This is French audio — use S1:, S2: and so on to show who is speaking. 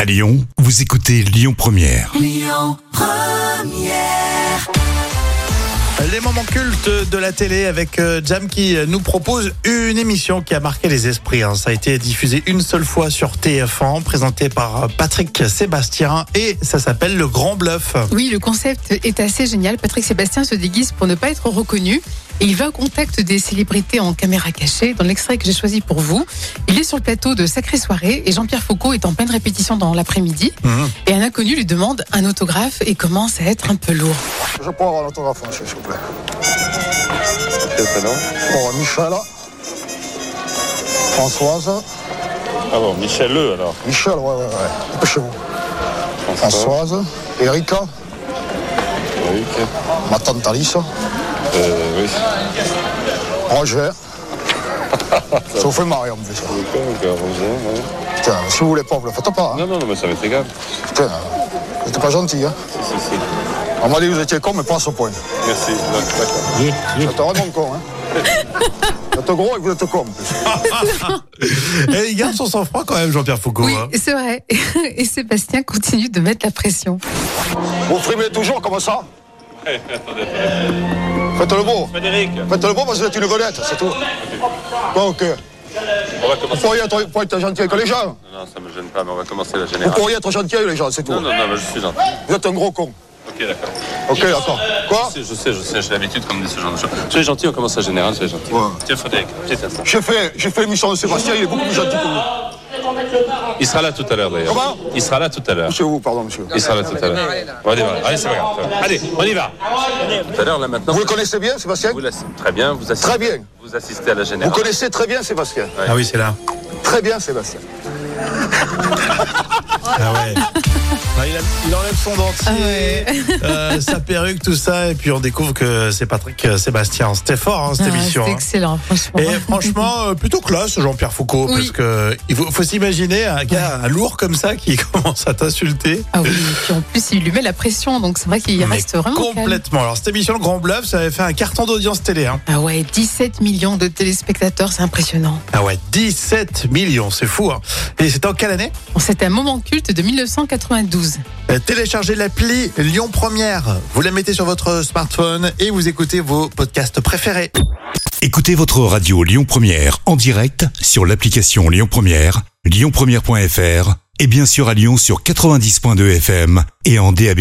S1: À Lyon, vous écoutez Lyon Première.
S2: Les moments cultes de la télé avec euh, Jam qui euh, nous propose une émission qui a marqué les esprits. hein. Ça a été diffusé une seule fois sur TF1, présenté par euh, Patrick Sébastien et ça s'appelle Le Grand Bluff.
S3: Oui, le concept est assez génial. Patrick Sébastien se déguise pour ne pas être reconnu et il va au contact des célébrités en caméra cachée. Dans l'extrait que j'ai choisi pour vous, il est sur le plateau de Sacrée Soirée et Jean-Pierre Foucault est en pleine répétition dans l'après-midi
S2: Mhm.
S3: et un inconnu lui demande un autographe et commence à être un peu lourd.
S4: Je peux avoir l'autographe, monsieur, s'il vous plaît.
S5: Quel prénom
S4: Bon, Michel, Françoise,
S5: Ah bon, Michel Le alors.
S4: Michel, ouais, ouais, ouais. Dépêchez-vous. Françoise, Erika,
S5: Oui, ok.
S4: ma tante Alice,
S5: Euh, oui.
S4: Roger. Ça vous fait marrer en plus. hein.
S5: Encore, encore, Roger, ouais.
S4: Putain, si vous voulez pas, vous le faites pas. hein.
S5: Non, non, non, mais ça m'est égal.
S4: Putain, vous n'êtes pas gentil. Hein.
S5: Si, si, si.
S4: On m'a dit que vous étiez con, mais pas à ce point.
S5: Merci. Non, D'accord.
S4: Vous êtes vraiment con. Hein. Vous êtes gros et vous êtes con en plus.
S2: Et Eh, il garde son sang-froid quand même, Jean-Pierre Foucault.
S3: Oui,
S2: hein.
S3: c'est vrai. Et Sébastien continue de mettre la pression.
S4: Vous frimez toujours comme ça Faites le beau.
S5: Frédéric,
S4: Faites le beau parce que vous êtes une vedette, c'est tout. Donc, euh,
S5: on va
S4: vous
S5: commencer.
S4: pourriez Ah, être, pour être gentil avec les gens.
S5: Non, non, ça me gêne pas, mais on va commencer la
S4: Vous
S5: générale.
S4: pourriez être gentil avec les gens, c'est tout.
S5: Ah. Non, non, non, mais je suis gentil.
S4: Vous êtes un gros con.
S5: Ok, d'accord.
S4: Ok, d'accord. Quoi
S5: Je sais, je sais, je sais, j'ai l'habitude qu'on me dise ce genre de choses. Soyez gentil, on commence la générale, soyez gentil.
S4: Ouais.
S5: Tiens, Frédéric, tiens, tiens, tiens.
S4: J'ai fait, j'ai fait l'émission de Sébastien, il est beaucoup plus gentil que vous.
S5: Il sera là tout à l'heure d'ailleurs.
S4: Comment
S5: Il sera là tout à l'heure.
S4: Monsieur, vous, pardon, monsieur.
S5: Il sera là tout à l'heure. On va démarrer. Allez, c'est pas grave. Allez, on y va. Tout à l'heure, là maintenant.
S4: Vous le connaissez bien, Sébastien
S5: Vous la- Très bien, vous assistez.
S4: Très bien.
S5: Vous assistez à la
S4: Vous
S5: générale.
S4: connaissez très bien Sébastien.
S2: Ah oui, c'est là.
S4: Très bien, Sébastien.
S2: Ah ouais. Ah, il, a- il enlève son dentier,
S3: Ah
S2: euh, sa perruque, tout ça, et puis on découvre que c'est Patrick euh, Sébastien. C'était fort, hein, cette
S3: Ah,
S2: émission.
S3: c'est
S2: hein.
S3: excellent, franchement.
S2: Et franchement, euh, plutôt classe Jean-Pierre Foucault,
S3: Oui.
S2: parce que il faut, faut s'imaginer un gars, un lourd comme ça, qui commence à t'insulter.
S3: Ah oui, et puis en plus, il lui met la pression, donc c'est vrai qu'il
S2: Mais
S3: reste vraiment calme.
S2: complètement. Alors cette émission, le Grand Bluff, ça avait fait un carton d'audience télé. Hein.
S3: Ah ouais, 17 millions de téléspectateurs, c'est impressionnant.
S2: Ah ouais, 17 millions, c'est fou. hein. Et c'était en quelle année
S3: Bon, C'est un moment culte de 1992.
S2: Euh, Téléchargez l'appli Lyon Première. Vous la mettez sur votre smartphone et vous écoutez vos podcasts préférés.
S1: Écoutez votre radio Lyon Première en direct sur l'application Lyon Première, lyonpremière.fr et bien sûr à Lyon sur 90.2 FM et en DAB+.